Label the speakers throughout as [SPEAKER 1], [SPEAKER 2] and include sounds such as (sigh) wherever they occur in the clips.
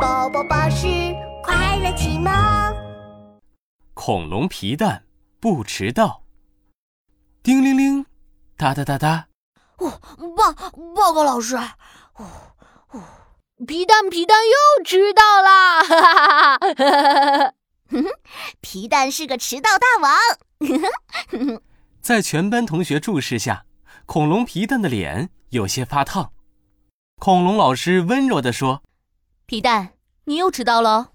[SPEAKER 1] 宝宝巴士快乐启蒙。
[SPEAKER 2] 恐龙皮蛋不迟到。叮铃铃，哒哒哒哒。
[SPEAKER 3] 哦，报报告老师，哦哦，皮蛋皮蛋又迟到 (laughs) 啦！哈哈哈哈哈！
[SPEAKER 1] 皮蛋是个迟到大王。
[SPEAKER 2] 在全班同学注视下，恐龙皮蛋的脸有些发烫。恐龙老师温柔地说：“
[SPEAKER 3] 皮蛋，你又迟到了。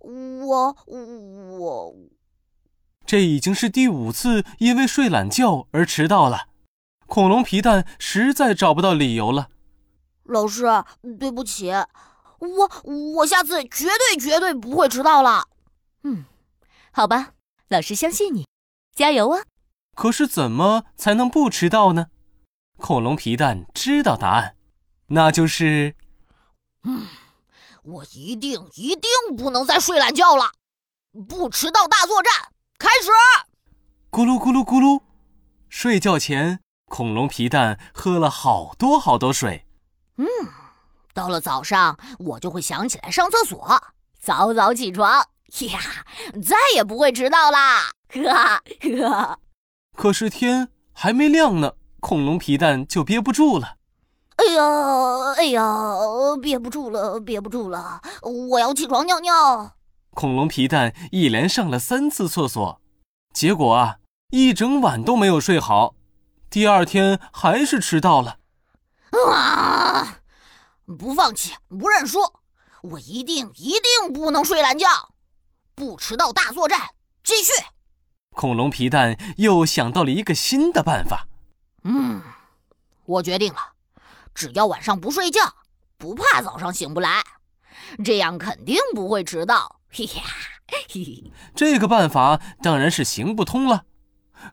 [SPEAKER 1] 我”我我，
[SPEAKER 2] 这已经是第五次因为睡懒觉而迟到了。恐龙皮蛋实在找不到理由了。
[SPEAKER 3] 老师，对不起，我我下次绝对绝对不会迟到了。嗯，好吧，老师相信你，加油啊！
[SPEAKER 2] 可是怎么才能不迟到呢？恐龙皮蛋知道答案，那就是，
[SPEAKER 3] 嗯，我一定一定不能再睡懒觉了。不迟到大作战开始！
[SPEAKER 2] 咕噜咕噜咕噜，睡觉前，恐龙皮蛋喝了好多好多水。
[SPEAKER 3] 嗯，到了早上，我就会想起来上厕所，早早起床哎呀，再也不会迟到啦！呵呵。呵
[SPEAKER 2] 可是天还没亮呢，恐龙皮蛋就憋不住了。哎
[SPEAKER 3] 呀，哎呀，憋不住了，憋不住了，我要起床尿尿。
[SPEAKER 2] 恐龙皮蛋一连上了三次厕所，结果啊，一整晚都没有睡好。第二天还是迟到了。
[SPEAKER 3] 啊！不放弃，不认输，我一定一定不能睡懒觉，不迟到大作战继续。
[SPEAKER 2] 恐龙皮蛋又想到了一个新的办法。
[SPEAKER 3] 嗯，我决定了，只要晚上不睡觉，不怕早上醒不来，这样肯定不会迟到。嘿呀，嘿嘿，
[SPEAKER 2] 这个办法当然是行不通了。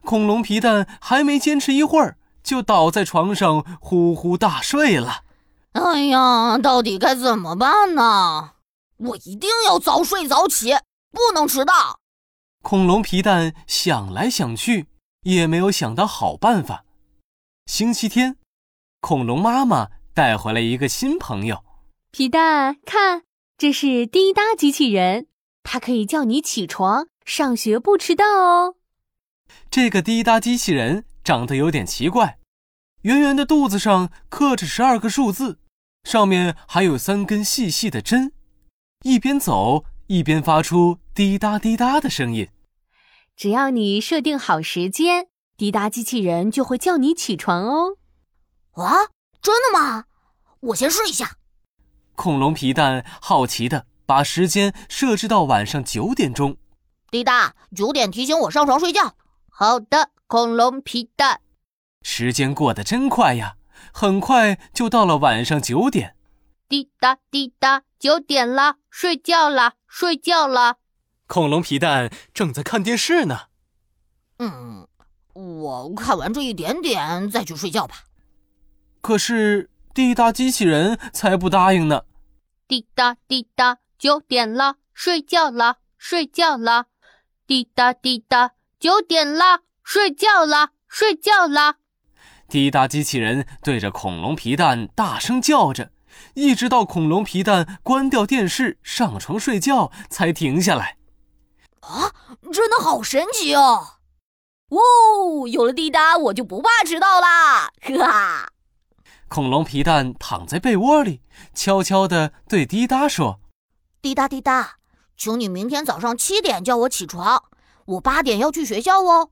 [SPEAKER 2] 恐龙皮蛋还没坚持一会儿，就倒在床上呼呼大睡了。
[SPEAKER 3] 哎呀，到底该怎么办呢？我一定要早睡早起，不能迟到。
[SPEAKER 2] 恐龙皮蛋想来想去，也没有想到好办法。星期天，恐龙妈妈带回来一个新朋友。
[SPEAKER 4] 皮蛋，看，这是滴答机器人，它可以叫你起床上学不迟到哦。
[SPEAKER 2] 这个滴答机器人长得有点奇怪，圆圆的肚子上刻着十二个数字，上面还有三根细细的针，一边走一边发出滴答滴答的声音。
[SPEAKER 4] 只要你设定好时间，滴答机器人就会叫你起床哦。
[SPEAKER 3] 啊，真的吗？我先试一下。
[SPEAKER 2] 恐龙皮蛋好奇的把时间设置到晚上九点钟。
[SPEAKER 3] 滴答，九点提醒我上床睡觉。好的，恐龙皮蛋。
[SPEAKER 2] 时间过得真快呀，很快就到了晚上九点。
[SPEAKER 3] 滴答滴答，九点啦，睡觉啦，睡觉啦。
[SPEAKER 2] 恐龙皮蛋正在看电视呢。
[SPEAKER 3] 嗯，我看完这一点点再去睡觉吧。
[SPEAKER 2] 可是滴答机器人才不答应呢。
[SPEAKER 3] 滴答滴答，九点了，睡觉啦，睡觉啦。滴答滴答，九点啦，睡觉啦，睡觉啦。
[SPEAKER 2] 滴答机器人对着恐龙皮蛋大声叫着，一直到恐龙皮蛋关掉电视上床睡觉才停下来。
[SPEAKER 3] 啊，真的好神奇哦！哦，有了滴答，我就不怕迟到啦！哈哈。
[SPEAKER 2] 恐龙皮蛋躺在被窝里，悄悄地对滴答说：“
[SPEAKER 3] 滴答滴答，请你明天早上七点叫我起床，我八点要去学校哦。”“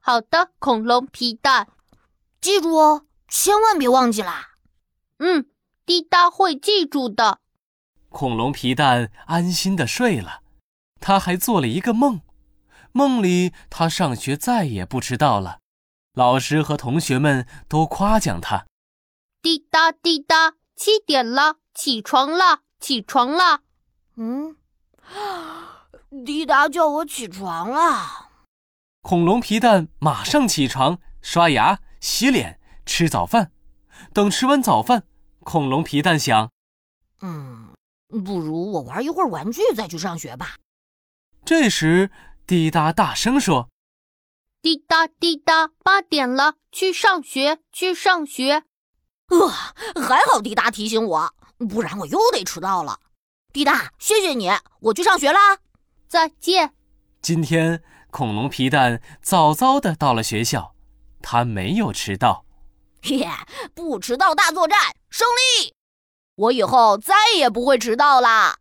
[SPEAKER 3] 好的，恐龙皮蛋，记住哦，千万别忘记啦。”“嗯，滴答会记住的。”
[SPEAKER 2] 恐龙皮蛋安心的睡了。他还做了一个梦，梦里他上学再也不迟到了，老师和同学们都夸奖他。
[SPEAKER 3] 滴答滴答，七点了，起床了，起床了。嗯，滴答叫我起床啊了。
[SPEAKER 2] 恐龙皮蛋马上起床，刷牙、洗脸、吃早饭。等吃完早饭，恐龙皮蛋想：
[SPEAKER 3] 嗯，不如我玩一会儿玩具再去上学吧。
[SPEAKER 2] 这时，滴答大声说：“
[SPEAKER 3] 滴答滴答，八点了，去上学，去上学。”呃，还好滴答提醒我，不然我又得迟到了。滴答，谢谢你，我去上学啦。
[SPEAKER 4] 再见。
[SPEAKER 2] 今天恐龙皮蛋早早的到了学校，他没有迟到。
[SPEAKER 3] 耶，不迟到大作战胜利！我以后再也不会迟到啦。